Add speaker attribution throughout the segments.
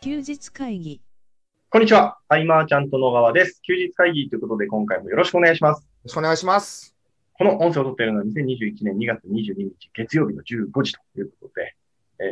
Speaker 1: 休日会議。
Speaker 2: こんにちは。タイマーちゃんと野川です。休日会議ということで、今回もよろしくお願いします。
Speaker 3: ろしくお願いします。
Speaker 2: この音声を撮っているのは2021年2月22日月曜日の15時ということで、えー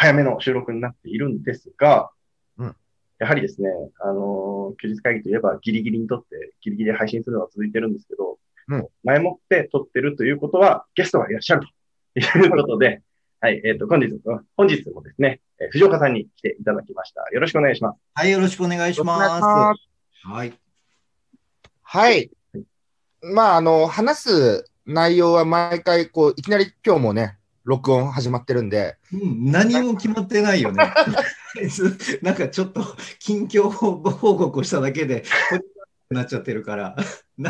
Speaker 2: 早めの収録になっているんですが、
Speaker 3: うん
Speaker 2: やはりですね、あのー休日会議といえばギリギリに撮って、ギリギリで配信するのは続いてるんですけど、
Speaker 3: うん
Speaker 2: 前もって撮ってるということは、ゲストがいらっしゃるということで、はい、えっ、と、本日、本日もですね、えー藤岡さんに来ていただきました。よろしくお願いします。
Speaker 4: はい、よろしくお願いし
Speaker 3: よろしくお願
Speaker 4: ま
Speaker 3: いし
Speaker 4: す。はい。
Speaker 3: ますはい。まあ、あの、話す内容は毎回、こう、いきなり今日もね、録音始まってるんで、
Speaker 4: うん、何も決まってないよね。 なんかちょっと近況報告をしただけで、こんななっちゃってるから。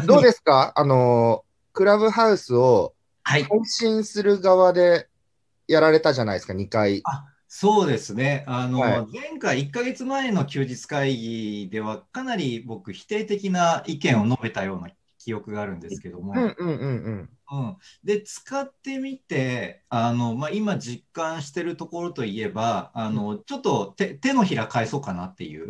Speaker 3: どうです かあの、クラブハウスを
Speaker 4: はい。
Speaker 3: 配信する側でやられたじゃないですか、2回。
Speaker 4: あそうですね。あの、
Speaker 3: はい
Speaker 4: 前回1ヶ月前の休日会議では、かなり僕、否定的な意見を述べたような記憶があるんですけども。
Speaker 3: うんうんうん
Speaker 4: うん、で使ってみてあの、まあ、今実感してるところといえばあのちょっと手手のひら返そうかなっていう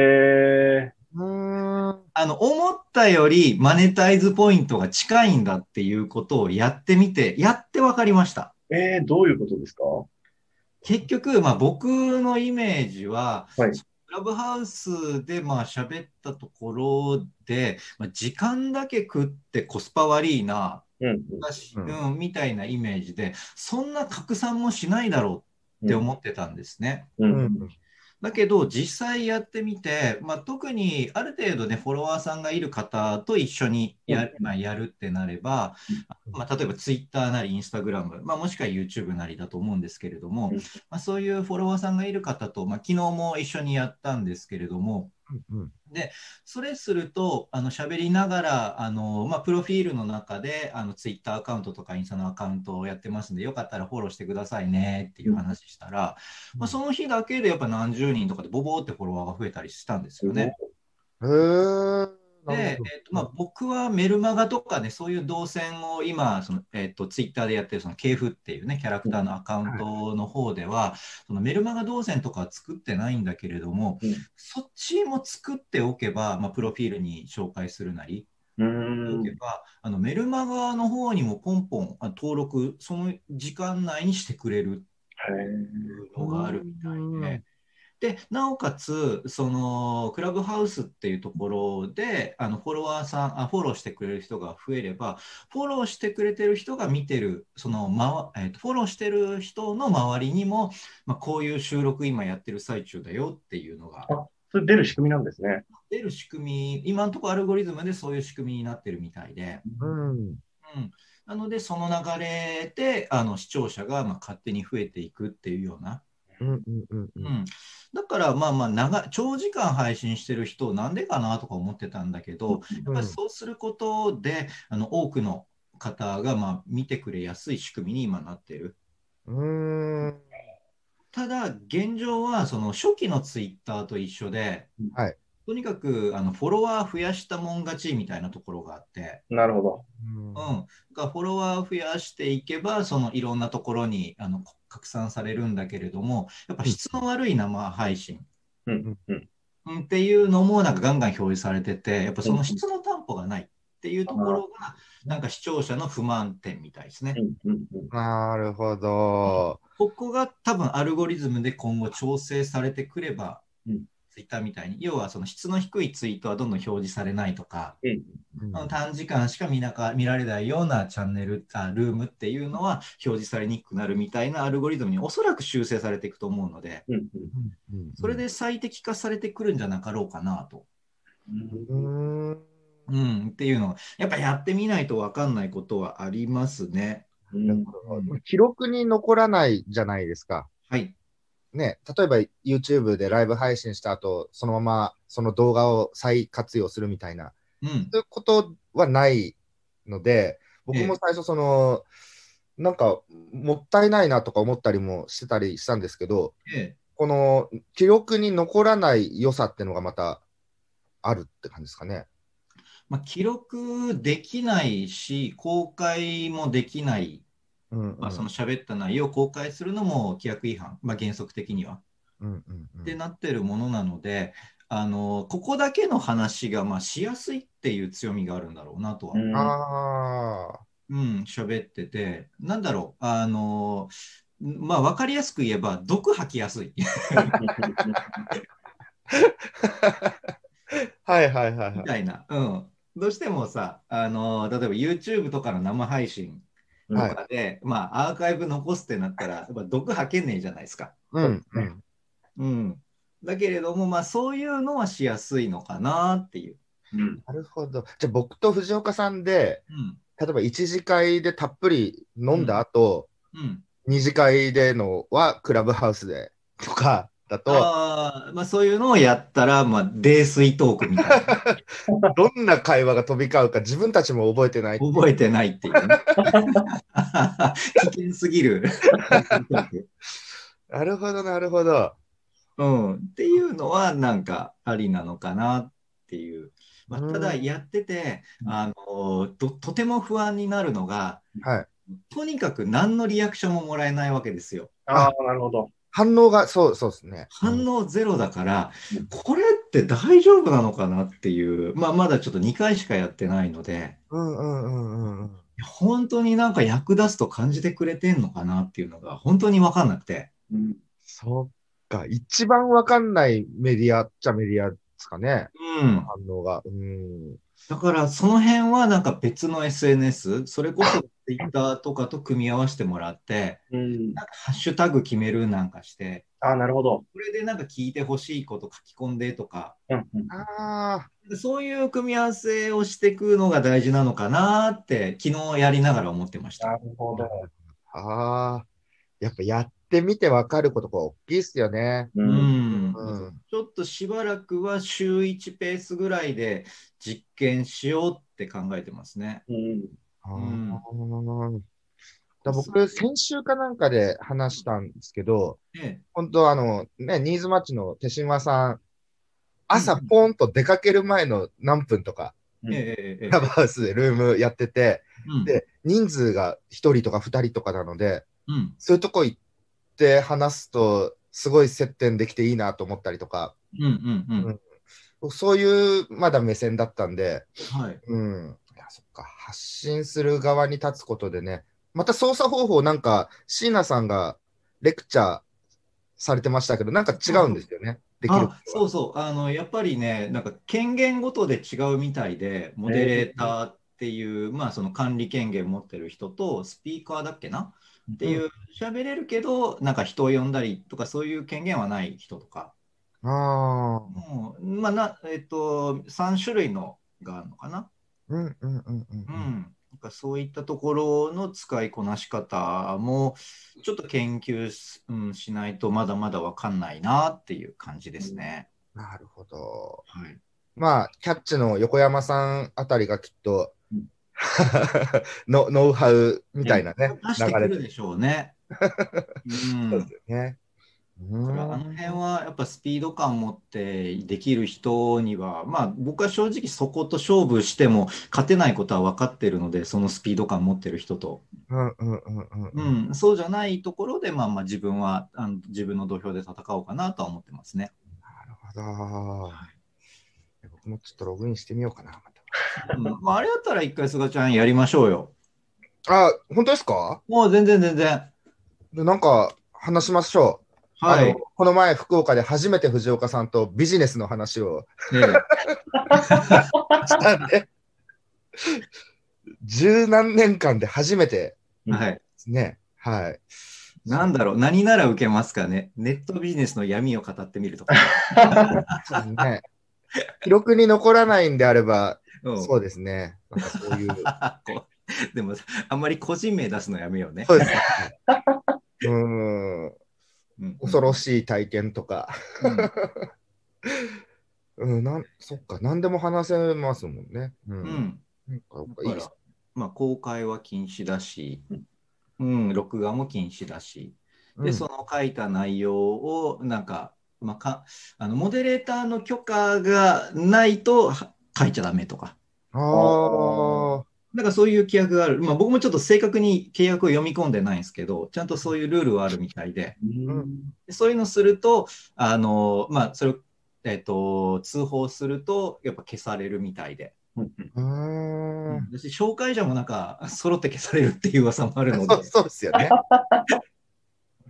Speaker 2: え
Speaker 3: うん。うーん。
Speaker 4: あの思ったよりマネタイズポイントが近いんだっていうことをやってみてやって分かりました
Speaker 2: ー、えー、どういうことですか
Speaker 4: 結局、まあ、僕のイメージは
Speaker 2: はい。
Speaker 4: クラブハウスでまあ喋ったところで、まあ、時間だけ食ってコスパ悪いな
Speaker 2: うんうん。
Speaker 4: だし
Speaker 3: う
Speaker 4: うん、みたいなイメージでそんな拡散もしないだろうって思ってたんですね。
Speaker 2: う。
Speaker 3: うんん
Speaker 4: だけど実際やってみて、まあ、特にある程度ねフォロワーさんがいる方と一緒にや,、まあ、やるってなれば、まあ、例えば Twitter なり Instagram、まあ、もしくは YouTube なりだと思うんですけれども、
Speaker 2: うん
Speaker 4: まあ、そういうフォロワーさんがいる方と、まあ、昨日も一緒にやったんですけれども、
Speaker 3: うん
Speaker 4: それすると、あの喋りながら、あのまあ、プロフィールの中で、あのツイッターアカウントとかインスタのアカウントをやってますんで、よかったらフォローしてくださいねっていう話したら、
Speaker 3: うん
Speaker 4: まあ、その日だけでやっぱ何十人とかでボボーってフォロワーが増えたりしたんですよね。
Speaker 3: へー
Speaker 4: で、えっ
Speaker 3: なる
Speaker 4: とまあ、僕はメルマガとかね、そういう動線を今、そのえっとツイッターでやってるその系譜っていうね、キャラクターのアカウントの方では、そのメルマガ動線とかは作ってないんだけれども、
Speaker 2: うん
Speaker 4: そっちも作っておけば、まあ、プロフィールに紹介するなり、
Speaker 2: う
Speaker 4: お
Speaker 2: ん
Speaker 4: け。ばあのメルマガの方にもポンポンあ登録、その時間内にしてくれるっていうのがあるみたいで。でなおかつそのクラブハウスっていうところであのフォロワーさんあフォローしてくれる人が増えればフォローしてくれてる人が見てるその、まわえーとフォローしてる人の周りにも、まあ、こういう収録今やってる最中だよっていうのが
Speaker 2: それ出る仕組みなんですね。
Speaker 4: 出る仕組み今のところアルゴリズムでそういう仕組みになってるみたいで。
Speaker 3: ほどうん。
Speaker 4: うん、なのでその流れであの視聴者がまあ勝手に増えていくっていうような、
Speaker 3: うんうんうん
Speaker 4: う
Speaker 3: うん。
Speaker 4: ん、だからまあまあ長い長時間配信してる人なんでかなとか思ってたんだけどやっぱりそうすることであの多くの方がまあ見てくれやすい仕組みに今なってる。
Speaker 3: うん。うん
Speaker 4: ただ現状はその初期のツイッターと一緒で、
Speaker 3: はい
Speaker 4: とにかくあのフォロワー増やしたもん勝ちみたいなところがあって。
Speaker 2: なるほど。
Speaker 4: うん、がフォロワーを増やしていけばそのいろんなところにあのこ拡散されるんだけれどもやっぱ質の悪い生配信
Speaker 2: うん。うん。
Speaker 4: うんっていうのもなんかガンガン表示されててやっぱその質の担保がないっていうところがなんか視聴者の不満点みたいですね。
Speaker 2: うん。うん。うん
Speaker 3: なるほど。
Speaker 4: ここが多分アルゴリズムで今後調整されてくれば
Speaker 2: うん
Speaker 4: ツイッターみたいに要はその質の低いツイートはどんどん表示されないとか
Speaker 2: うん。
Speaker 3: うん
Speaker 4: あの短時間しか見なか見られないようなチャンネルあルームっていうのは表示されにくくなるみたいなアルゴリズムにおそらく修正されていくと思うので
Speaker 2: うん。
Speaker 4: それで最適化されてくるんじゃなかろうかなと、
Speaker 3: うーん。
Speaker 4: うん、っていうのをやっぱやってみないと分かんないことはありますね。
Speaker 2: うん。うん。
Speaker 3: 記録に残らないじゃないですか。
Speaker 4: はい、
Speaker 3: ね、例えば YouTube でライブ配信した後、そのままその動画を再活用するみたいな、
Speaker 4: うん
Speaker 3: そういうことはないので、僕も最初その、なんかもったいないなとか思ったりもしてたりしたんですけど、
Speaker 4: え
Speaker 3: この記録に残らない良さっていうのがまたあるって感じですかね。
Speaker 4: まあ、記録できないし公開もできない、
Speaker 3: うん、うん。
Speaker 4: まあ、その喋った内容を公開するのも規約違反、まあ、原則的には。
Speaker 3: うんうんうん
Speaker 4: ってなってるものなので、あのここだけの話がまあしやすいっていう強みがあるんだろうなとは、
Speaker 2: うん
Speaker 3: あ
Speaker 4: うん、喋ってて、なんだろう、あのまあ分かりやすく言えば、毒吐きやすい。
Speaker 3: あ、はいはいはい
Speaker 4: み
Speaker 3: はい。
Speaker 4: たいな、うん、どうしてもさ、あの例えば YouTube とかの生配信と
Speaker 3: はい
Speaker 4: かで、まあ、アーカイブ残すってなったら、やっぱ毒吐けねえじゃないですか。
Speaker 3: うんうん。
Speaker 4: うん、だけれども、まあ、そういうのはしやすいのかなっていう。
Speaker 2: うん
Speaker 3: なるほど。じゃあ僕と藤岡さんで、
Speaker 4: うん
Speaker 3: 例えば一次会でたっぷり飲んだ後、
Speaker 4: うん、
Speaker 3: 二次会でのはクラブハウスでとかだと、
Speaker 4: あーまあ、そういうのをやったら、まあ、泥酔トークみたいな
Speaker 3: どんな会話が飛び交うか自分たちも覚えてない。
Speaker 4: 覚えてないってい う、ね、危険すぎる
Speaker 3: なるほどなるほど。
Speaker 4: うん、っていうのはなんかありなのかなっていう、まあ
Speaker 3: うん
Speaker 4: ただやってて、
Speaker 2: うん
Speaker 4: あのととても不安になるのが
Speaker 3: はい。
Speaker 4: とにかく何のリアクションももらえないわけですよ
Speaker 2: ああ、なるほど。
Speaker 3: 反応がそうそうですね。
Speaker 4: 反応ゼロだから、
Speaker 2: うん
Speaker 4: これって大丈夫なのかなっていう、まあ、まだちょっと2回しかやってないので
Speaker 3: うんうんうんうんうん。
Speaker 4: 本当になんか役立つと感じてくれてんのかなっていうのが本当に分かんなくて
Speaker 2: うん
Speaker 3: そっか。一番わかんないメディアっちゃメディアですかね。
Speaker 4: うん
Speaker 3: 反応が。うん。
Speaker 4: だからその辺はなんか別の SNS、それこそ Twitter とかと組み合わせてもらって、
Speaker 2: うん。
Speaker 4: なんかハッシュタグ決めるなんかして、
Speaker 2: ああ、なるほど。
Speaker 4: これでなんか聞いてほしいこと書き込んでとか、
Speaker 2: うんうん
Speaker 3: あ
Speaker 4: そういう組み合わせをしていくのが大事なのかなって、昨日やりながら思ってまし
Speaker 2: な
Speaker 4: た。
Speaker 2: るほど。
Speaker 3: あ、ああ。やっぱやってみてわかることが大きいっすよね。
Speaker 2: う。
Speaker 4: うんん、
Speaker 3: うん。
Speaker 4: ちょっとしばらくは週1ペースぐらいで実験しようって考えてますね。
Speaker 2: うん。
Speaker 3: あ
Speaker 4: ん
Speaker 3: ーだ僕、先週かなんかで話したんですけど、
Speaker 4: え
Speaker 3: 本当あの、ね、ニーズマッチの手島さん、朝ポンと出かける前の何分とか、
Speaker 4: え、ええええ
Speaker 3: クラブハウスでルームやってて、
Speaker 4: うん
Speaker 3: で、人数が1人とか2人とかなので、
Speaker 4: うん、
Speaker 3: そういうとこ行って話すと、すごい接点できていいなと思ったりとか、
Speaker 4: うん、うん、うん。
Speaker 3: そういうまだ目線だったんで、
Speaker 4: はい。
Speaker 3: うん、いやそっか、発信する側に立つことでね、また操作方法、なんか、椎名さんがレクチャーされてましたけど、なんか違うんですよね、できること
Speaker 4: あそうそうあのやっぱりねなんか権限ごとで違うみたいでモデレーターっていう、まあその管理権限持ってる人とスピーカーだっけなっていう喋れるけどなんか人を呼んだりとかそういう権限はない人とか、
Speaker 3: は。あ
Speaker 4: うん、まあなえっと3種類のがあるのかな,、
Speaker 3: ーうんうんうんうん
Speaker 4: う
Speaker 3: うん
Speaker 4: ん、なんかそういったところの使いこなし方もちょっと研究し,、うん、しないとまだまだ分かんないなっていう感じですね。
Speaker 3: なるほど。
Speaker 4: はい
Speaker 3: まあ、キャッチの横山さんあたりがきっと
Speaker 2: うん
Speaker 3: の、ノウハウみたいなね、
Speaker 4: 出してく
Speaker 3: 流
Speaker 4: る
Speaker 3: れ
Speaker 4: でしょうね。 うん、だ
Speaker 3: てるね。うん
Speaker 4: からあの辺はやっぱスピード感持ってできる人には、まあ僕は正直そこと勝負しても勝てないことは分かってるので、そのスピード感持ってる人と。
Speaker 3: うんうんうんうん
Speaker 4: う
Speaker 3: うん。
Speaker 4: ん、そうじゃないところで、まあまあ自分はあの自分の土俵で戦おうかなとは思ってますね。
Speaker 3: なるほど。僕もちょっとログインしてみようかな。ま
Speaker 4: うん、まああれだったら一回すがちゃんやりましょうよ。
Speaker 3: たあ、本当ですか
Speaker 4: もう全然全然。
Speaker 3: でなんか話しましょう。
Speaker 4: は
Speaker 3: あ
Speaker 4: い
Speaker 3: の。この前、福岡で初めて藤岡さんとビジネスの話を
Speaker 4: ええ
Speaker 3: したんで、十何年間で初めて
Speaker 4: はい。
Speaker 3: ですね。はい。
Speaker 4: なんだろう、何なら受けますかね。ネットビジネスの闇を語ってみる とか。
Speaker 3: そうです ね。記録に残らないんであれば、
Speaker 4: うん
Speaker 3: そうですね。なんかそういう。
Speaker 4: こうでも、あんまり個人名出すのやめようね。
Speaker 3: そうです ね。うん。
Speaker 4: うん
Speaker 3: 恐ろしい体験とか。
Speaker 4: うん
Speaker 3: うん、なんそっか、何でも話せますもんね。う。
Speaker 4: うんん。
Speaker 3: なんかなんかいい
Speaker 4: だ
Speaker 3: です
Speaker 4: から、まあ、公開は禁止だし、うん、録画も禁止だし、
Speaker 3: う
Speaker 4: で、
Speaker 3: ん
Speaker 4: その書いた内容を、なんか、まあ、かあのモデレーターの許可がないとは書いちゃダメとか。
Speaker 3: あ
Speaker 4: なんかそういう規約がある。まあ僕もちょっと正確に契約を読み込んでないんですけど、ちゃんとそういうルールはあるみたいで、
Speaker 2: うん
Speaker 4: でそういうのすると、あの、まあそれを、えっと、通報すると、やっぱ消されるみたいで。
Speaker 3: うーん。
Speaker 4: 私、紹介者もなんか、揃って消されるっていう噂もあるので
Speaker 3: そう、そうですよね。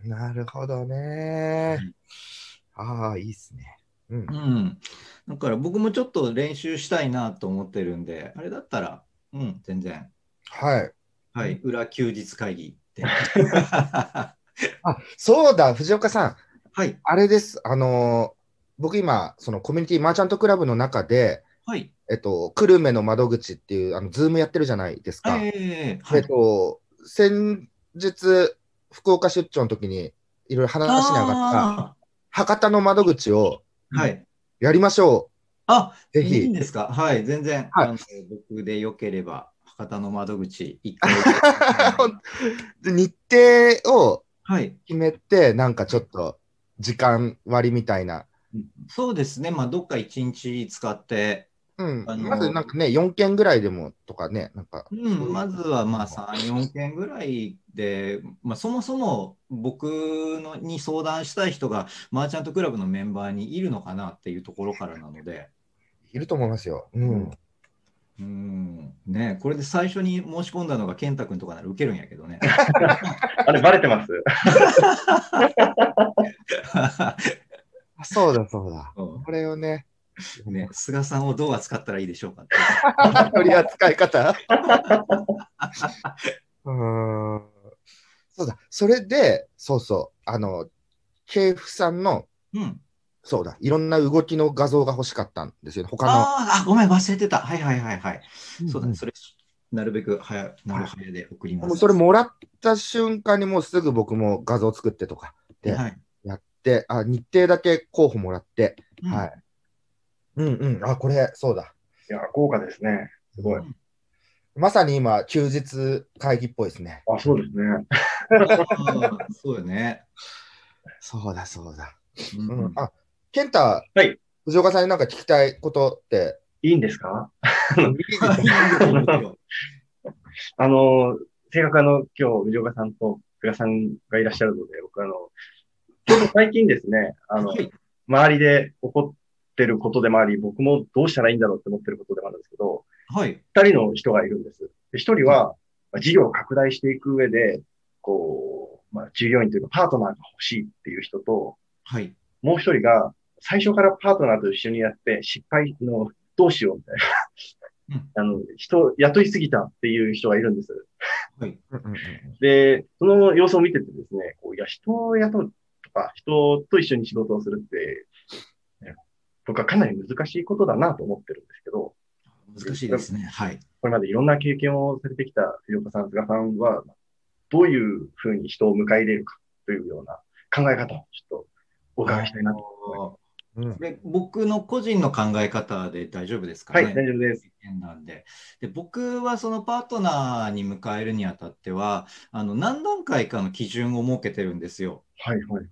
Speaker 3: なるほどね。ああ、いいですね。うん
Speaker 4: う。ん。だから僕もちょっと練習したいなと思ってるんで、あれだったら、うん、全然。
Speaker 3: はい。
Speaker 4: はい、裏休日会議 って。
Speaker 3: あ、そうだ、藤岡さん。
Speaker 4: はい、
Speaker 3: あれです。あのー僕今、そのコミュニティマーチャントクラブの中で、
Speaker 4: はい、
Speaker 3: えっと、久留米の窓口っていう、あの、ズームやってるじゃないですか。
Speaker 4: えー、
Speaker 3: え
Speaker 4: は
Speaker 3: っ
Speaker 4: い。
Speaker 3: と、先日、福岡出張の時に、いろいろ話に上がった、
Speaker 4: あ
Speaker 3: 博多の窓口を
Speaker 4: ーはい。
Speaker 3: やりましょ
Speaker 4: あ、
Speaker 3: う。ぜ
Speaker 4: いい
Speaker 3: ひ
Speaker 4: ん。ですかはい、全然。
Speaker 3: はい
Speaker 4: あの僕でよければ、博多の 窓口一回。
Speaker 3: ほんで日程を
Speaker 4: はい。
Speaker 3: 決めて、なんかちょっと、時間割りみたいな。
Speaker 4: そうですね。まあ、どっか一日使って、
Speaker 3: うん。
Speaker 4: あのー
Speaker 3: まずなんかね、4件ぐらいでもとかね、なんか。
Speaker 4: うん、まずはまあ3、4件ぐらいで、まあ、そもそも僕のに相談したい人が、マーチャントクラブのメンバーにいるのかなっていうところからなので、
Speaker 3: いると思いますよ。うん。
Speaker 4: うん、ね、これで最初に申し込んだのが健太君とかなら受けるんやけ どね。
Speaker 2: あれ、バレてます
Speaker 3: あそうだ、そうだ。
Speaker 4: う
Speaker 3: これをね、
Speaker 4: んね、菅さんをどう扱ったらいいでしょうかって。
Speaker 3: 取り扱い方うーん。そうだ、それで、そうそう、あの、ケイフさんの、
Speaker 4: うん、
Speaker 3: そうだ、いろんな動きの画像が欲しかったんですよね、他の。
Speaker 4: あーあ、ごめん、忘れてた。はいはいはいはい。そうだね、
Speaker 3: そ
Speaker 4: それ、なるべく早、なる早で送りま
Speaker 3: もう
Speaker 4: す。
Speaker 3: それもらった瞬間にもうすぐ僕も画像作ってとかで
Speaker 4: はい。
Speaker 3: やって、あ、日程だけ候補もらって、
Speaker 4: うん
Speaker 3: はい。うんうん、あ、これ、そうだ。
Speaker 2: いや、豪華ですね。すごい。
Speaker 3: まさに今、休日会議っぽいですね。
Speaker 2: あ、そうですね。、
Speaker 4: あーそうよね。
Speaker 3: そうだ、そうだ。
Speaker 4: うん
Speaker 3: うん、あ、健太、はい藤岡さんになんか聞きたいことって、
Speaker 2: いいんですか
Speaker 4: は
Speaker 2: あの、せっかくあの、今日、藤岡さんと菅さんがいらっしゃるので、僕あの、ちょうど最近ですね、あの、
Speaker 4: い
Speaker 2: 周りで起こってることでもあり、僕もどうしたらいいんだろうって思ってることでもあるんですけど、
Speaker 4: はい。
Speaker 2: 二人の人がいるんです。で一人は、まあ事業を拡大していく上で、こう、まあ、従業員というかパートナーが欲しいっていう人と、
Speaker 4: はい。
Speaker 2: もう一人が、最初からパートナーと一緒にやって、失敗の、どうしようみたいな。あの、人、雇いすぎたっていう人がいるんです。
Speaker 4: はい。
Speaker 3: うんうんうん、
Speaker 2: で、その様子を見ててですね、こういや、人を雇うとか、人と一緒に仕事をするって、ね僕はかなり難しいことだなと思ってるんですけど、
Speaker 4: 難しいですね。はい。
Speaker 2: これまでいろんな経験をされてきた藤岡さん、菅さんは、どういうふうに人を迎え入れるかというような考え方をちょっとお伺いしたいなと。
Speaker 4: こ
Speaker 3: うん
Speaker 4: れ僕の個人の考え方で大丈夫ですか
Speaker 2: は
Speaker 4: ね。
Speaker 2: い、大丈夫です。
Speaker 4: 意見なんでで僕はそのパートナーに迎えるにあたってはあの何段階かの基準を設けてるんですよ。
Speaker 2: はい、はい。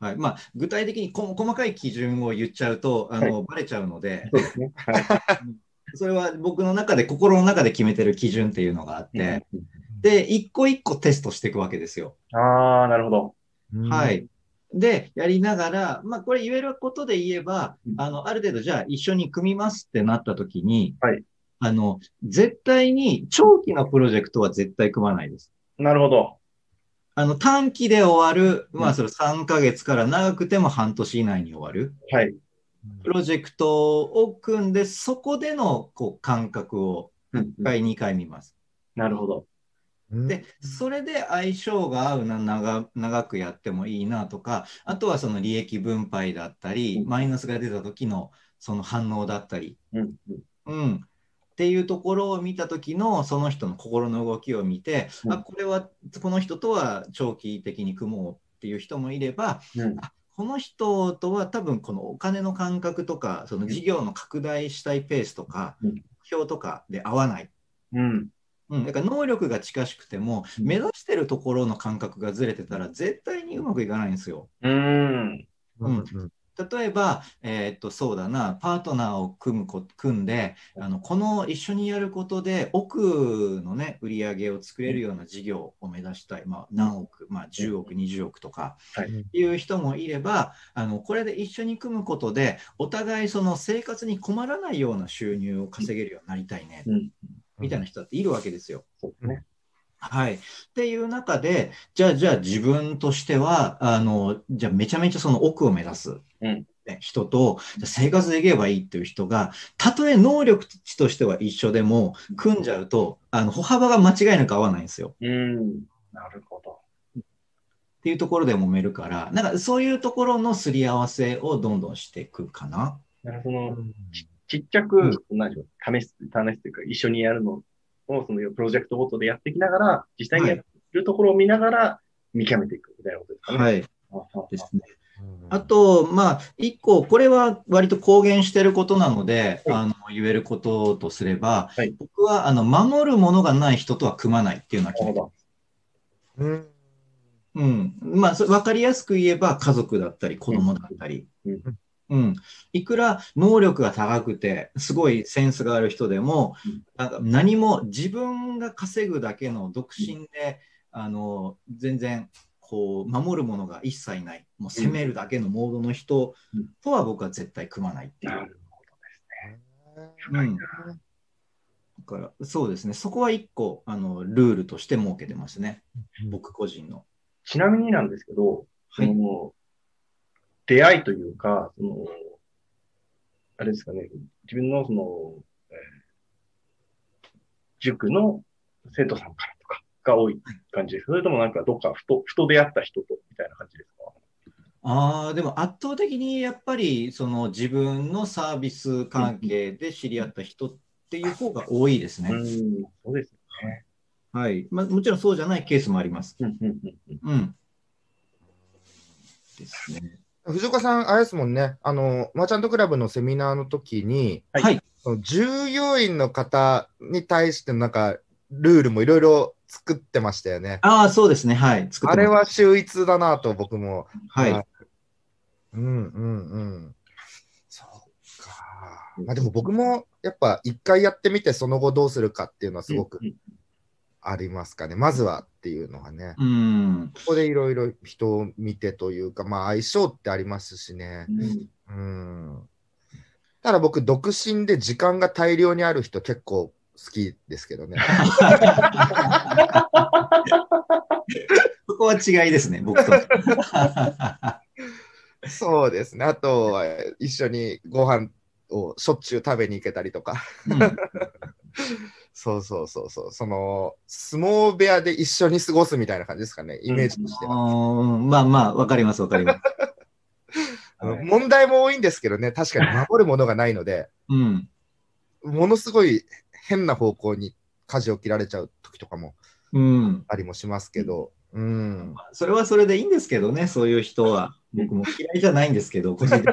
Speaker 4: はいまあ、具体的にこ細かい基準を言っちゃうとあの、バレちゃうので
Speaker 2: そうですね。はい。
Speaker 4: それは僕の中で心の中で決めてる基準っていうの があって、
Speaker 2: うん
Speaker 4: で一個一個テストしていくわけですよ。
Speaker 2: ああ、なるほど。
Speaker 4: は。い。で、やりながら、まあ、これ言えることで言えば
Speaker 2: う、ん
Speaker 4: あの、ある程度、じゃあ一緒に組みますってなった時に、
Speaker 2: はい
Speaker 4: あの、絶対に、長期のプロジェクトは絶対組まないです。
Speaker 2: なるほど。
Speaker 4: あの、短期で終わる、ま
Speaker 2: う
Speaker 4: あ、
Speaker 2: ん
Speaker 4: それ3ヶ月から長くても半年以内に終わる、
Speaker 2: はい。
Speaker 4: プロジェクトを組んで、そこでの、こう、感覚を、1回、2回見ます。
Speaker 2: なるほど。
Speaker 3: うん
Speaker 4: で、それで相性が合うな長、長くやってもいいなとか、あとはその利益分配だったり
Speaker 2: う、ん
Speaker 4: マイナスが出た時のその反応だったり、
Speaker 2: うんうん
Speaker 4: うん、っていうところを見た時のその人の心の動きを見て、
Speaker 2: うん
Speaker 4: あ、これは、この人とは長期的に組もうっていう人もいれば、
Speaker 2: うん
Speaker 4: この人とは多分このお金の感覚とか、その事業の拡大したいペースとか、
Speaker 2: うん
Speaker 4: 目標とかで合わない。
Speaker 2: うん。
Speaker 4: うん、だから能力が近しくても、
Speaker 2: うん
Speaker 4: 目指してるところの感覚がずれてたら、絶対にうまくいかないんですよ。
Speaker 2: うん。
Speaker 3: うんうん
Speaker 4: 例えば、えーっと、そうだな、パートナーを組むこ組んであの、この一緒にやることで、奥のね、売り上げを作れるような事業を目指したい、まあ、何億、まあ、10億、20億とか
Speaker 2: はい
Speaker 4: っていう人もいれば、あのこれで一緒に組むことで、お互いその生活に困らないような収入を稼げるようになりたいね、
Speaker 2: うん。
Speaker 4: みたいな人だっているわけですよ。
Speaker 2: そうですね。
Speaker 4: はい。っていう中で、じゃあ、じゃあ自分としては、あの、じゃあめちゃめちゃその奥を目指す。
Speaker 2: うん
Speaker 4: ね人とじゃあ生活できればいいっていう人がたとえ能力値としては一緒でも組んじゃうとあの歩幅が間違いなく合わないんですよ
Speaker 2: うん。なるほど。
Speaker 4: っていうところで揉めるからなんかそういうところのすり合わせをどんどんしていくかな。
Speaker 2: だからその、
Speaker 3: うん
Speaker 2: ちっちゃく、何でしょう、試す、試すというか、一緒にやるのを、その、プロジェクトごとでやっていきながら、実際にやるところを見ながら、見極めていくみたいなことですかね。
Speaker 4: はい、
Speaker 2: い
Speaker 4: ですね。あと、まあ、一個、これは割と公言してることなので、
Speaker 2: はい
Speaker 4: あの言えることとすれば、
Speaker 2: はい
Speaker 4: 僕はあの守るものがない人とは組まないっていうのは決
Speaker 2: な
Speaker 4: め
Speaker 2: るほ
Speaker 4: て
Speaker 2: ど。
Speaker 4: る、
Speaker 3: うん
Speaker 4: うんまあ、そ分かりやすく言えば、家族だったり、子供だったり、
Speaker 2: うん
Speaker 4: うんいくら能力が高くて、すごいセンスがある人でも、
Speaker 2: うん
Speaker 4: なんか何も自分が稼ぐだけの独身で、あの全然こう守るものが一切ない、もう攻めるだけのモードの人
Speaker 2: うん
Speaker 4: とは僕は絶対組まないっていう。
Speaker 2: なるほどですね。
Speaker 4: うんだからそうですね、そこは一個あのルールとして設けてますね、僕個人の。
Speaker 2: ちなみになんですけど、
Speaker 4: はい
Speaker 2: その、出会いというか、その、あれですかね、自分のその、えー塾の生徒さんからとかが多い感じです。それともなんかどっかふと、ふと出会った人とみたいな感じですか
Speaker 4: ああ、でも圧倒的にやっぱりその自分のサービス関係で知り合った人っていう方が多いですね。
Speaker 2: うん、そうですね。
Speaker 4: はいまあ、もちろんそうじゃないケースもあります。
Speaker 2: うん、うん、うん。
Speaker 4: うん。ですね。
Speaker 3: 藤岡さん、あれですもんね、あの、マーチャントクラブのセミナーの時に、
Speaker 2: はい
Speaker 4: はい。
Speaker 3: その従業員の方に対してのなんか、ルールもいろいろ作ってましたよね。
Speaker 4: ああ、そうですね。はい。作っ
Speaker 3: あ
Speaker 4: て
Speaker 3: れ
Speaker 4: ます。
Speaker 3: は秀逸だなと僕も。
Speaker 4: はい。
Speaker 3: うんうんうん。そっか。まあでも僕もやっぱ一回やってみてその後どうするかっていうのはすごく
Speaker 2: うん
Speaker 3: ありますかね。まずはっていうのはね。
Speaker 4: うん。
Speaker 3: ここでいろいろ人を見てというか、まあ相性ってありますしね。
Speaker 2: うん
Speaker 3: うん。ただ僕、独身で時間が大量にある人結構好きですけどね。
Speaker 4: そこは違いですね、僕と。
Speaker 3: そうですね。あとは一緒にご飯をしょっちゅう食べに行けたりとか。
Speaker 4: うん
Speaker 3: そうそうそうそう。その、相撲部屋で一緒に過ごすみたいな感じですかね、イメージとしては。
Speaker 4: あーまあまあ、わかります、わかります。
Speaker 3: あの
Speaker 2: はい
Speaker 3: 問題も多いんですけどね、確かに守るものがないので、
Speaker 4: うん。
Speaker 3: ものすごい変な方向に舵を切られちゃう時とかも
Speaker 4: うん。
Speaker 3: ありもしますけど、うん。
Speaker 4: それはそれでいいんですけどね、そういう人は。僕も嫌いじゃないんですけど、個人的に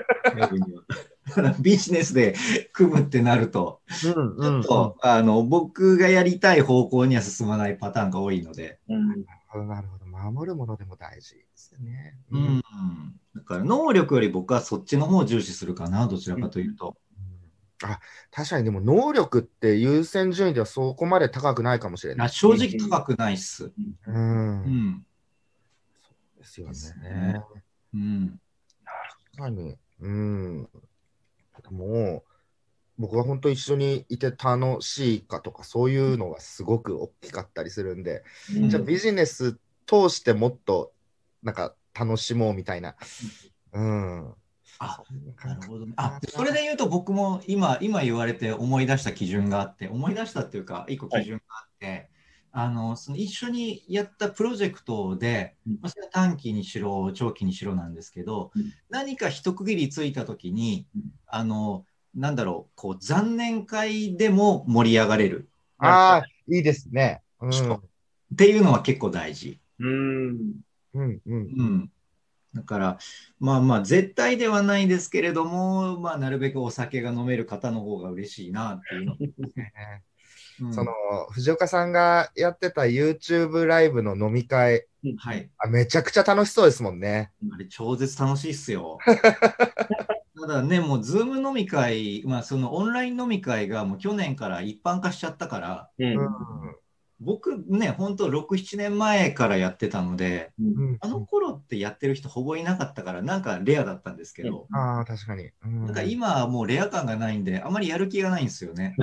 Speaker 4: は。 ただビジネスで組むってなると、
Speaker 3: うん
Speaker 4: ちょっと、あの僕がやりたい方向には進まないパターンが多いので、
Speaker 2: うん
Speaker 3: うんなるほど、守るものでも大事ですね。
Speaker 4: うんだから能力より僕はそっちの方を重視するかな、どちらかというと。
Speaker 3: あ確かにでも能力って優先順位ではそこまで高くないかもしれ
Speaker 4: いや
Speaker 3: ない。
Speaker 4: 正直高くないっす。
Speaker 3: う。
Speaker 4: うんん。
Speaker 3: ですよ
Speaker 4: です
Speaker 3: ね
Speaker 4: ね。うん。
Speaker 3: 確かに。うん。もう、僕は本当一緒にいて楽しいかとか、そういうのがすごく大きかったりするんで、
Speaker 2: うん
Speaker 3: じゃあビジネス通してもっと、なんか楽しもうみたいな。うん。
Speaker 4: あ
Speaker 3: そんな
Speaker 4: な
Speaker 3: 感
Speaker 4: る
Speaker 3: 覚
Speaker 4: ほどね。あ、それで言うと僕も今、今言われて思い出した基準があって、思い出したっていうか、一個基準があって、あの、その一緒にやったプロジェクトで
Speaker 2: うん、
Speaker 4: まあ、それは短期にしろ、長期にしろなんですけど、
Speaker 2: うん
Speaker 4: 何か一区切りついたときに
Speaker 2: うん、
Speaker 4: あの、なんだろう、こう、残念会でも盛り上がれる
Speaker 3: ああ、いいですね。うん。
Speaker 4: ちょっっていうのは結構大事。
Speaker 2: うん。
Speaker 3: うんうん。
Speaker 4: うん。だから、まあまあ、絶対ではないですけれども、まあ、なるべくお酒が飲める方の方が嬉しいなっていうの。うん
Speaker 3: その、藤岡さんがやってた YouTube ライブの飲み会、
Speaker 4: はい。
Speaker 3: あめちゃくちゃ楽しそうですもんね。
Speaker 4: あれ、超絶楽しいっ すよ。ただね、もう、ズーム飲み会、まあ、そのオンライン飲み会がもう去年から一般化しちゃったから、
Speaker 2: うん
Speaker 3: うん
Speaker 4: 僕ね、ほんと6、7年前からやってたので、
Speaker 2: うん
Speaker 3: うん
Speaker 4: あの頃ってやってる人ほぼいなかったから、なんかレアだったんですけど、
Speaker 3: ああ、確かに。うん
Speaker 4: なんか今はもうレア感がないんで、あまりやる気がないんですよね。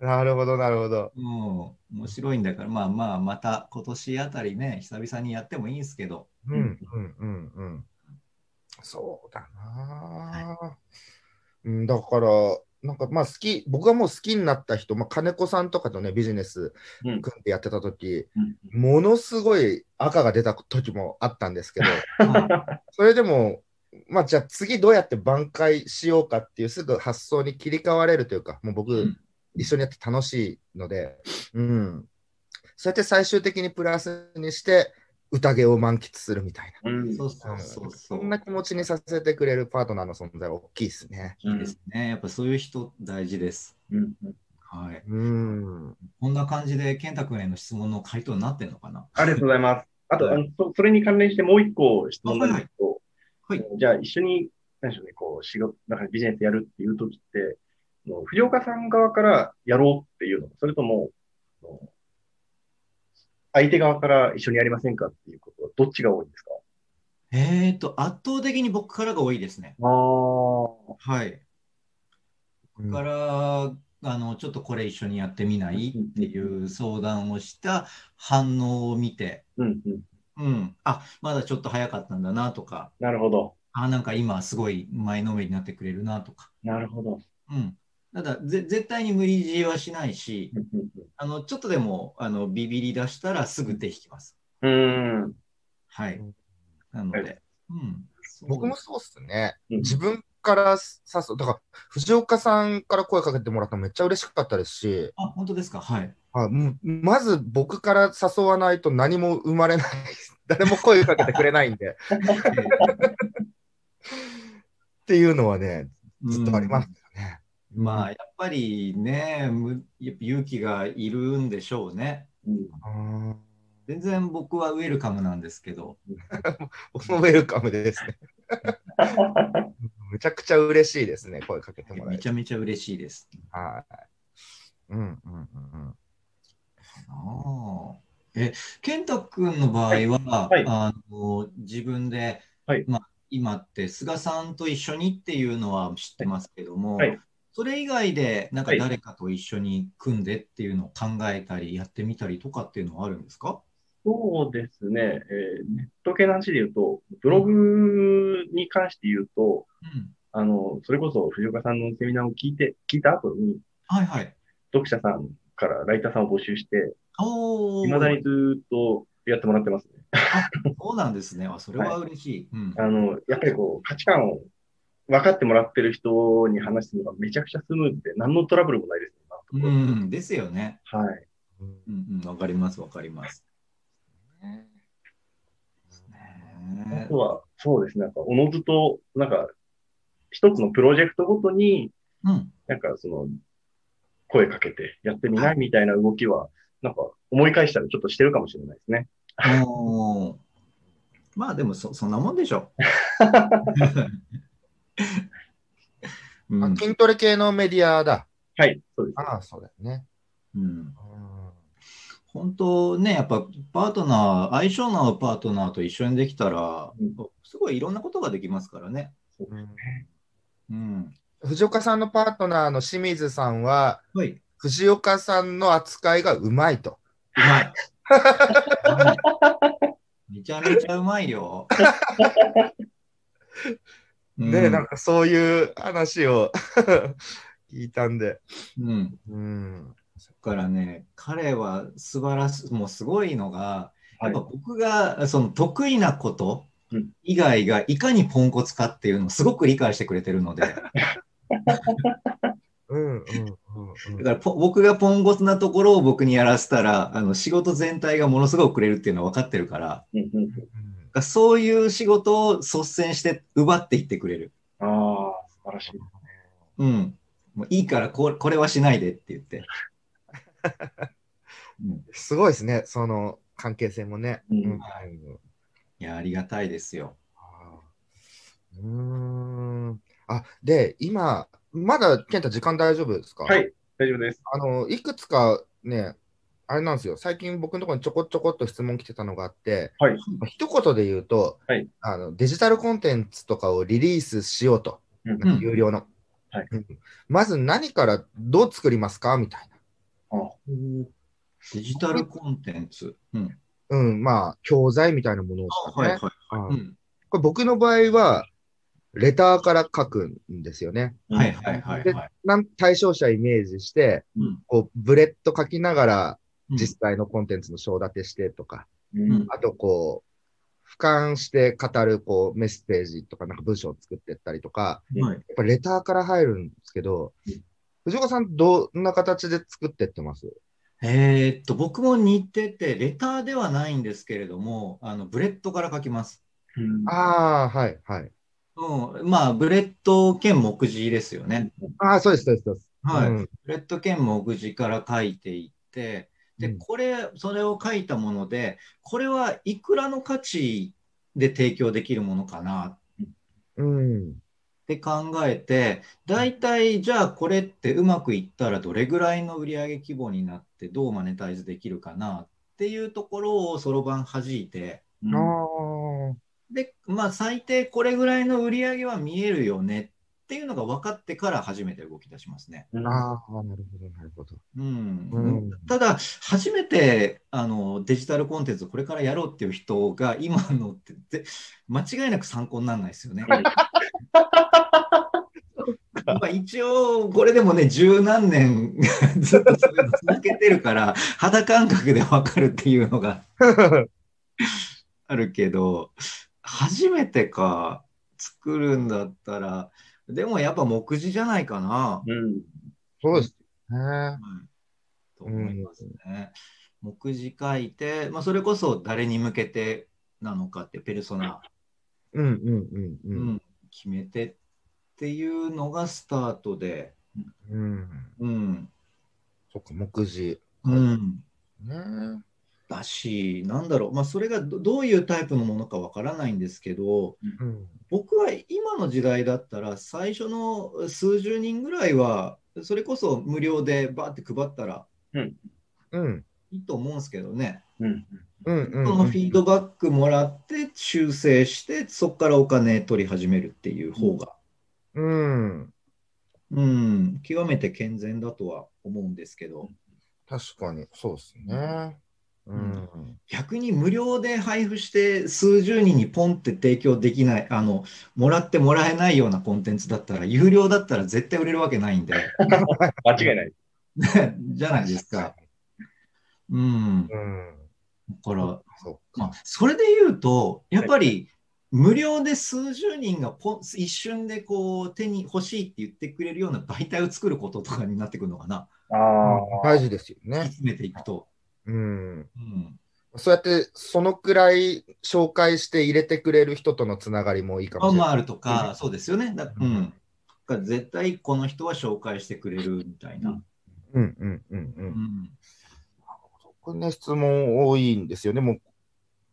Speaker 3: なるほど、なるほど。
Speaker 4: うん、面白いんだから、まあまあ、また今年あたりね、久々にやってもいいんですけど、
Speaker 3: うん、うん、うん、うん。そうだな、うん、だから、なんかまあ好き、僕がもう好きになった人、まあ、金子さんとかとね、ビジネス
Speaker 2: うん
Speaker 3: 組んでやってた時、
Speaker 2: うん
Speaker 3: ものすごい赤が出た時もあったんですけど、
Speaker 4: は
Speaker 3: それでも、まあ、じゃあ次どうやって挽回しようかっていうすぐ発想に切り替われるというか、もう僕、
Speaker 4: うん
Speaker 3: 一緒にやって楽しいので、うん。そうやって最終的にプラスにして、宴を満喫するみたいな。
Speaker 2: うん
Speaker 4: いそうそうそうそ
Speaker 3: そ
Speaker 4: う。
Speaker 3: んな気持ちにさせてくれるパートナーの存在は大きいですね。
Speaker 4: いいですね。やっぱそういう人大事です。
Speaker 2: うん
Speaker 4: はい。
Speaker 3: うん。
Speaker 4: こんな感じで健太君への質問の回答になってんのかな。
Speaker 2: ありがとうございます。あと、
Speaker 4: はい
Speaker 2: あのそそれに関連してもう一個質問なんですけど、
Speaker 4: はいは
Speaker 2: じゃあ一緒に、なんでしょうね、こう、仕事、なんかビジネスやるっていう時って、もう藤岡さん側からやろうっていうのか、それとも、あの相手側から一緒にやりませんかっていうことは、どっちが多いんですか
Speaker 4: えっ、と、圧倒的に僕からが多いですね。
Speaker 2: ああ。
Speaker 4: はい。僕から、あの、ちょっとこれ一緒にやってみないっていう相談をした反応を見て、
Speaker 2: うんうん。
Speaker 4: うん、あ、まだちょっと早かったんだなとか、
Speaker 2: なるほど。
Speaker 4: あ、なんか今すごい前のめりになってくれるなとか、
Speaker 2: なるほど。
Speaker 4: うん。ただ、ぜ絶対に無理強いはしないし、
Speaker 2: うんうん
Speaker 4: あの、ちょっとでも、あの、ビビり出したらすぐ手引きます。
Speaker 2: うん。うーん。
Speaker 4: はい。なので、うん。
Speaker 3: 僕もそうっすね。
Speaker 2: うん
Speaker 3: 自分から誘う。だから、藤岡さんから声かけてもらったのめっちゃ嬉しかったですし、
Speaker 4: あ、本当ですか。 はい。
Speaker 3: あもうまず僕から誘わないと何も生まれない。誰も声かけてくれないんで。 っ
Speaker 4: えー
Speaker 3: ていうのはね、ずっとありますよね。
Speaker 4: うんまあ、やっぱりね、むやっぱ勇気がいるんでしょうね。
Speaker 2: うん
Speaker 3: うん
Speaker 4: 全然僕はウェルカムなんですけど、
Speaker 3: 僕もウェルカムですね。めちゃくちゃ嬉しいですね、声かけてもらえ
Speaker 4: め
Speaker 3: て
Speaker 4: ち。ゃめちゃ嬉しいです。
Speaker 3: はい。うんうんうん
Speaker 4: ああ。え、健太君の場合は、
Speaker 2: はいはい
Speaker 4: あの自分で、
Speaker 2: はい
Speaker 4: まあ、今って菅さんと一緒にっていうのは知ってますけども、
Speaker 2: はい
Speaker 4: それ以外でなんか
Speaker 2: はい
Speaker 4: 誰かと一緒に組んでっていうのを考えたりやってみたりとかっていうのはあるんですか
Speaker 2: そうですね、えーネット系の話で言うと、ブログに関して言うと、
Speaker 4: うん。
Speaker 2: あの、それこそ藤岡さんのセミナーを聞いて、聞いた後に、
Speaker 4: はいはい。
Speaker 2: 読者さんからライターさんを募集して、
Speaker 4: おお。
Speaker 2: 未だにずっとやってもらってますね。
Speaker 4: そうなんですね。あ、それは嬉しい。うん。
Speaker 2: あの、やっぱりこう、価値観を分かってもらってる人に話すのがめちゃくちゃスムーズで、何のトラブルもないですね、
Speaker 4: う
Speaker 2: 今のとこ
Speaker 4: ん、ですよね。
Speaker 2: ろはい。
Speaker 3: うん
Speaker 4: うんうん、わかります、わかります。
Speaker 3: ね
Speaker 2: あ
Speaker 4: ね
Speaker 2: とは、そうですね、なんか、おのずと、なんか、一つのプロジェクトごとに、
Speaker 4: うん。
Speaker 2: なんかその、声かけてやってみないみたいな動きは、なんか思い返したらちょっとしてるかもしれないですね。
Speaker 4: おーまあでもそ、そんなもんでしょ。 う
Speaker 3: あ
Speaker 4: ん
Speaker 3: 筋トレ系のメディアだ。
Speaker 2: はい、そうです。
Speaker 3: ああ、そうだよね。
Speaker 4: うん、
Speaker 3: うん
Speaker 4: 本当ね、やっぱパートナー、相性の合うパートナーと一緒にできたら、
Speaker 2: うん
Speaker 4: すごいいろんなことができますからね。
Speaker 3: うん
Speaker 4: うん、
Speaker 3: 藤岡さんのパートナーの清水さんは、
Speaker 4: はい、う
Speaker 3: 藤岡さんの扱いがうまいと。
Speaker 4: まい。 めちゃめちゃうまいよ。
Speaker 3: ね、
Speaker 4: うん
Speaker 3: なんかそういう話を 聞いたんで。
Speaker 4: うん、
Speaker 3: うん。
Speaker 4: だからね、彼は素晴らしい、もうすごいのが、
Speaker 2: は
Speaker 4: やっ
Speaker 2: い
Speaker 4: ぱ僕がその得意なこと
Speaker 2: うん
Speaker 4: 以外がいかにポンコツかっていうのをすごく理解してくれてるので、だか
Speaker 3: うんうんうんうん
Speaker 4: らポ僕がポンコツなところを僕にやらせたら、あの仕事全体がものすごくくれるっていうのは分かってるから、だか
Speaker 2: うんうん、
Speaker 4: らそういう仕事を率先して奪っていってくれる。
Speaker 2: ああ、素晴らしい。
Speaker 4: うん。もういいからここれはしないでって言って。うん、
Speaker 3: すごいですね、その関係性もね。
Speaker 2: うん
Speaker 4: いや、ありがたいですよ。
Speaker 3: うん。うーんあ、で、今、まだ、健太、時間大丈夫ですか
Speaker 2: はい。大丈夫です。
Speaker 3: あの、いくつかね、あれなんですよ、最近僕のところにちょこちょこっと質問来てたのがあって、
Speaker 2: はい。
Speaker 3: 一言で言うと、
Speaker 2: はい
Speaker 3: あの、デジタルコンテンツとかをリリースしようと、
Speaker 2: うん
Speaker 3: なんか有料の、
Speaker 2: はい
Speaker 3: うんまず何からどう作りますかみたい
Speaker 4: デジタルコンテンツ。うん、
Speaker 3: な、うん、まあ、教材みたいなものを
Speaker 4: あ
Speaker 3: 使っ
Speaker 4: はい
Speaker 3: て
Speaker 4: は
Speaker 3: ね
Speaker 4: い。う
Speaker 3: うん
Speaker 4: ん
Speaker 3: これ僕の場合は、レターから書くんですよね。
Speaker 4: はいはいはいはい。
Speaker 3: なん対象者イメージして、
Speaker 4: うん
Speaker 3: こう、ブレッと書きながら、
Speaker 4: うん
Speaker 3: 実際のコンテンツの章立てしてとか、
Speaker 2: うん
Speaker 4: うん
Speaker 3: あとこう、俯瞰して語るこうメッセージとか、なんか文章を作ってったりとか、
Speaker 4: はい
Speaker 3: やっぱレターから入るんですけど
Speaker 2: うん、
Speaker 3: 藤岡さん、どんな形で作ってってます
Speaker 4: えーっと、僕も似てて、レターではないんですけれども、あのブレッドから書きます。
Speaker 2: うん
Speaker 3: ああ、はい、はい。
Speaker 4: うん、まあ、ブレッド兼目次ですよね。
Speaker 3: ああ、そうです、そうです、そうです。
Speaker 4: はい。
Speaker 3: うん
Speaker 4: ブレッド兼目次から書いていって、で、
Speaker 3: うん
Speaker 4: これ、それを書いたもので、これはいくらの価値で提供できるものかな
Speaker 3: うん。
Speaker 4: って考えて、大体、じゃあこれってうまくいったらどれぐらいの売上規模になって、どうマネタイズできるかなっていうところをそろばん弾いて、
Speaker 2: うん
Speaker 3: あ
Speaker 4: で、まあ、最低これぐらいの売り上げは見えるよねっていうのが分かってから初めて動き出しますね。
Speaker 3: あ、ああ、なるほど、なるほど。
Speaker 4: うん
Speaker 3: うん
Speaker 4: ただ、初めてあのデジタルコンテンツをこれからやろうっていう人が今のってで間違いなく参考にならないですよね。 まあ一応、これでもね、十何年 ずっとそれ続けてるから、肌感覚で分かるっていうのがあるけど、初めてか作るんだったら、でもやっぱ目次じゃないかな。
Speaker 2: うん
Speaker 3: そうですね。
Speaker 4: はいと思いますね。目次書いて、まあ、それこそ誰に向けてなのかってペルソナ、
Speaker 3: うん、うん、う、
Speaker 4: うんん決めてっていうのがスタートで、
Speaker 3: うん。うん。
Speaker 4: うん
Speaker 3: そっか、目次。
Speaker 4: うん、
Speaker 3: ね
Speaker 4: だしなんだろう、まあ、それがどどういうタイプのものかわからないんですけど
Speaker 3: うん。
Speaker 4: 僕は今の時代だったら最初の数十人ぐらいはそれこそ無料でバーって配ったら
Speaker 3: うん。
Speaker 4: いいと思うんですけどね。
Speaker 2: うん
Speaker 3: うん。うん。
Speaker 4: そのフィードバックもらって修正してそこからお金取り始めるっていう方が、
Speaker 3: うん。
Speaker 4: うん、極めて健全だとは思うんですけど
Speaker 3: 確かに、そうですね。うん。
Speaker 4: 逆に無料で配布して数十人にポンって提供できないあのもらってもらえないようなコンテンツだったら有料だったら絶対売れるわけないん で
Speaker 2: 間違いない。
Speaker 4: じゃないですか。うん、だ
Speaker 3: うん。
Speaker 4: から
Speaker 3: そ
Speaker 4: まあ、それで言うと、やっぱり無料で数十人がポン一瞬でこう手に欲しいって言ってくれるような媒体を作ることとかになってくるのかな、
Speaker 2: あ
Speaker 3: う。
Speaker 2: あ。
Speaker 3: 大事ですよ
Speaker 4: 煮
Speaker 3: ね。
Speaker 4: 詰めていくと。
Speaker 3: うん。
Speaker 4: うん、
Speaker 3: そうやって、そのくらい紹介して入れてくれる人とのつながりもいいかも
Speaker 4: あ
Speaker 3: しれない。
Speaker 4: まあ、あるとか、そうですよね。だ,、う
Speaker 3: うん
Speaker 4: ん、だから絶対この人は紹介してくれるみたいな。
Speaker 3: うんうんうんう。
Speaker 4: うんん
Speaker 3: こんな質問多いんですよね。も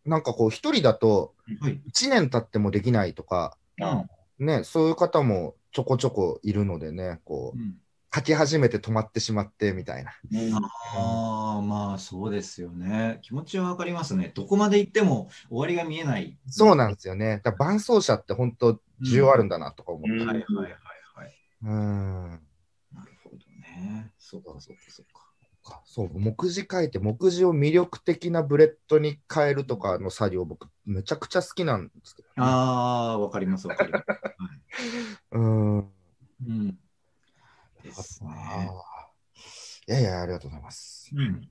Speaker 3: う、なんかこう、一人だと、
Speaker 4: はい
Speaker 3: 1年経ってもできないとか、
Speaker 2: あ
Speaker 3: ね、そういう方もちょこちょこいるのでね、こ
Speaker 4: う
Speaker 3: う、
Speaker 4: ん
Speaker 3: 書き始めて止まってしまってみたいな。
Speaker 2: うん
Speaker 4: あーまあそうですよね。気持ちはわかりますね。どこまで行っても終わりが見えない。
Speaker 3: そうなんですよね。だから伴走者って本当需要あるんだなとか思っ
Speaker 2: う
Speaker 4: は
Speaker 3: た。
Speaker 4: いはいはいはい。
Speaker 3: うん。
Speaker 4: なるほどね。そうか、そうか、そうか。
Speaker 3: そう、目次書いて、目次を魅力的なブレッドに変えるとかの作業、僕、めちゃくちゃ好きなんですけど、ね。
Speaker 4: ああ、わかります、わかります。はい
Speaker 3: うん。
Speaker 4: うん。です
Speaker 3: あ
Speaker 4: ね。
Speaker 3: ーいやいや、ありがとうございます。
Speaker 4: うん。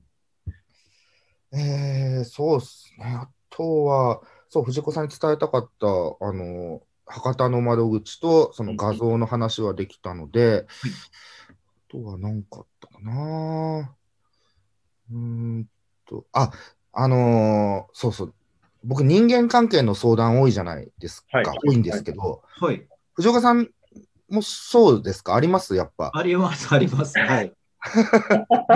Speaker 3: えー、そうっすね。あとは、そう、藤子さんに伝えたかった、あの、博多の窓口と、その画像の話はできたので、あとは何かあったかな。うーんと、あ、あのーそうそう。僕、人間関係の相談多いじゃないですか。
Speaker 2: はい
Speaker 3: 多いんですけど、
Speaker 4: はい。
Speaker 3: 藤岡さんもそうですかありますやっぱ。
Speaker 4: あります、あります。はい。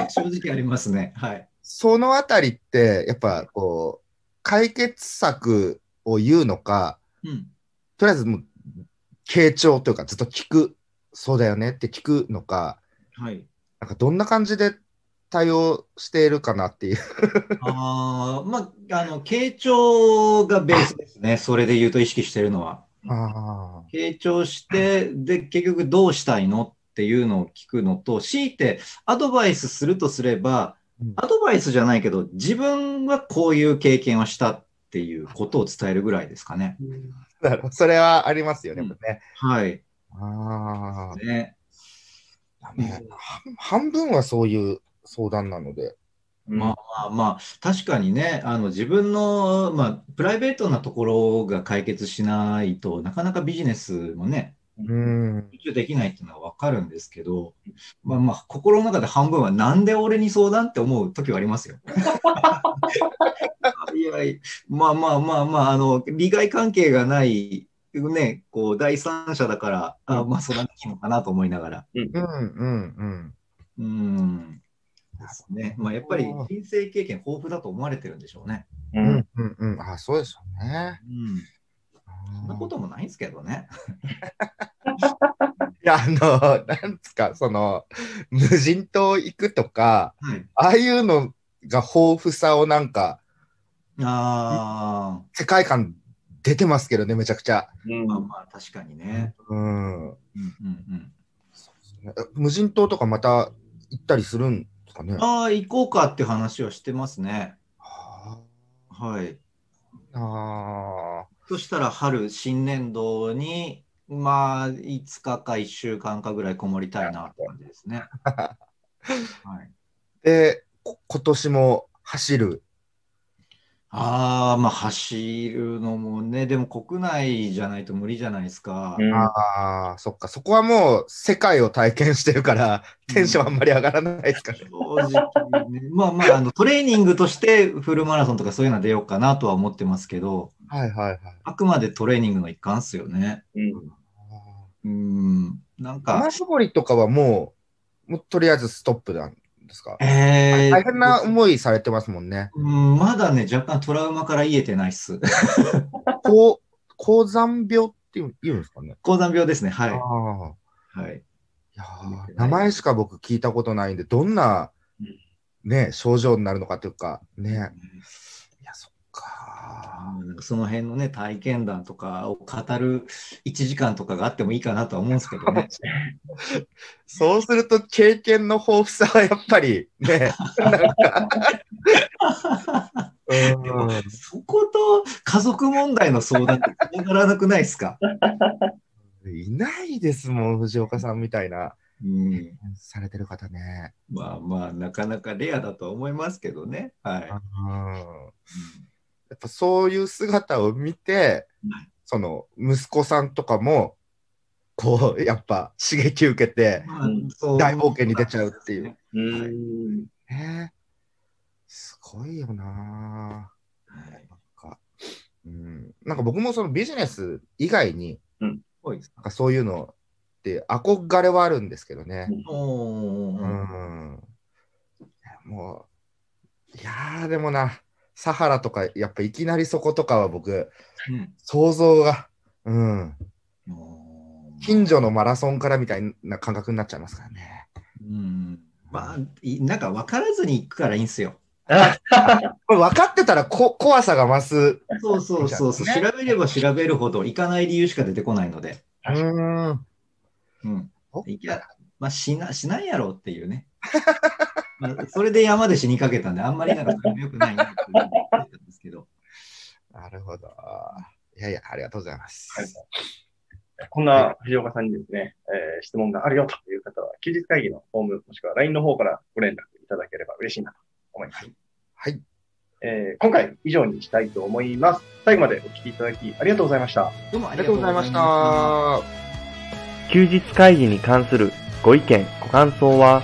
Speaker 4: 正直ありますね。はい。
Speaker 3: そのあたりって、やっぱこう、解決策を言うのか、
Speaker 4: うん。
Speaker 3: とりあえずもう、傾聴というかずっと聞く、そうだよねって聞くのか、
Speaker 4: はい。
Speaker 3: なんかどんな感じで対応しているかなっていう。
Speaker 4: ああ、まあ、あの、傾聴がベースですね。それで言うと意識してるのは。
Speaker 3: あ
Speaker 4: 傾聴して、で、結局どうしたいのっていうのを聞くのと、強いてアドバイスするとすれば
Speaker 3: うん、
Speaker 4: アドバイスじゃないけど、自分はこういう経験をしたっていうことを伝えるぐらいですかね。
Speaker 3: あ、なるほど。それはありますよね、
Speaker 4: うん
Speaker 3: やっぱね。
Speaker 4: はい。
Speaker 3: ああ、
Speaker 4: ね。
Speaker 3: だね。半分はそういう相談なので。
Speaker 4: まあまあまあ、確かにね、あの自分の、まあ、プライベートなところが解決しないとなかなかビジネスもね、
Speaker 3: うん。
Speaker 4: 集中できないっていうのは分かるんですけど、まあまあ、心の中で半分は、なんで俺に相談って思う時はありますよ。 いやいまあまあまあまあ、あの利害関係がない、ね、こう第三者だから、あまあ、相談できるのかなと思いながら。
Speaker 3: うん、うん、うん。
Speaker 4: うん。ですね。まあ、やっぱり人生経験豊富だと思われてるんでしょうね。
Speaker 2: う。
Speaker 3: うんんうんうん、あそうでしょうね。
Speaker 4: うん。そんなこともないんですけどね。
Speaker 3: いや、あの、なんつか、その、無人島行くとか、
Speaker 4: はい。
Speaker 3: ああいうのが豊富さをなんか、
Speaker 4: あ
Speaker 3: 世界観出てますけどね、めちゃくちゃ。
Speaker 4: あ、まあまあ、確かにね。
Speaker 3: うん。
Speaker 4: うんうん
Speaker 3: 無人島とかまた行ったりするんですかね
Speaker 4: うん。。ああ、行こうかって話はしてますね。
Speaker 3: あ
Speaker 4: はい。
Speaker 3: あ
Speaker 4: そしたら春、新年度に、まあ、5日か1週間かぐらいこもりたいなって感じですね。 はい。
Speaker 3: ー。で、こ今年も走る。
Speaker 4: ああ、まあ、走るのもね、でも国内じゃないと無理じゃないですか。
Speaker 2: うん
Speaker 3: ああ、そっか、そこはもう世界を体験してるから、テンションあんまり上がらないですかね。
Speaker 4: 正直ね、まあまああの、トレーニングとしてフルマラソンとかそういうのは出ようかなとは思ってますけど、
Speaker 3: はいはいはい。
Speaker 4: あくまでトレーニングの一環っすよね。
Speaker 2: うん
Speaker 4: うん、なんか
Speaker 3: 山、絞りとかはもう、もうとりあえずストップなんですか、
Speaker 4: えー
Speaker 3: 大変な思いされてますもんね。
Speaker 4: うんまだね、若干トラウマから癒えてないっす。
Speaker 3: 高高山病っていう言うんですかね。
Speaker 4: 高山病ですね、はい。
Speaker 3: あ
Speaker 4: はい、
Speaker 3: あ。いやー名前しか僕聞いたことないんで、どんな
Speaker 2: うん、
Speaker 3: ね、症状になるのかというか、ね。いや、そっか。
Speaker 4: あーなんかその辺のね、体験談とかを語る1時間とかがあってもいいかなとは思うんですけ どね。
Speaker 3: そうすると、経験の豊富さはやっぱり、 ね、なんか。うん
Speaker 4: そこと家族問題の相談って繋がらなくないですか、
Speaker 3: いないですもん、藤岡さんみたいな、
Speaker 4: うん
Speaker 3: されてる方ね。
Speaker 4: まあまあ、なかなかレアだとは思いますけどね。はい。
Speaker 3: うんやっぱそういう姿を見て、
Speaker 4: うん
Speaker 3: その息子さんとかも、こう、やっぱ刺激受けて、
Speaker 4: まあそう
Speaker 3: 大冒険に出ちゃうっていう。
Speaker 2: うん。
Speaker 3: ねすごいよな
Speaker 4: はい
Speaker 3: ぁなんか、うん。なんか僕もそのビジネス以外に、
Speaker 4: 多いですか
Speaker 3: なんかそういうのって憧れはあるんですけどね。
Speaker 4: おー
Speaker 3: うん。もう、いやーでもな、サハラとか、やっぱいきなりそことかは僕、想像が、うん、
Speaker 4: うんおー
Speaker 3: 近所のマラソンからみたいな感覚になっちゃいますからね。
Speaker 4: うんまあ、いなんか分からずに行くからいいんですよ。
Speaker 3: これ分かってたらこ怖さが増す。う
Speaker 4: そうそうそうそう、
Speaker 3: ね
Speaker 4: 調べれば調べるほど行かない理由しか出てこないので。
Speaker 3: ーん。
Speaker 4: うん
Speaker 3: お。
Speaker 4: いや、まあしな、しないやろっていうね。 まあそれで山で死にかけたんで、あんまりなんかそれも良くないなって思ったんですけど。
Speaker 3: なるほど。いやいや、ありがとうございます。
Speaker 2: はいこんな藤岡さんにですね、えー質問があるよという方は、休日会議のホーム、もしくは LINE の方からご連絡いただければ嬉しいなと思います。
Speaker 3: はい。
Speaker 2: えー今回以上にしたいと思います。最後までお聞きいただきありがとうございました。
Speaker 4: どうもあ
Speaker 3: あ
Speaker 4: り
Speaker 3: りがと
Speaker 4: がと
Speaker 3: う
Speaker 4: う
Speaker 3: ご
Speaker 4: ござ
Speaker 3: ざ
Speaker 4: い
Speaker 3: い
Speaker 4: ま
Speaker 3: ま
Speaker 4: し。
Speaker 3: したた。
Speaker 1: 休日会議に関するご意見、ご感想は、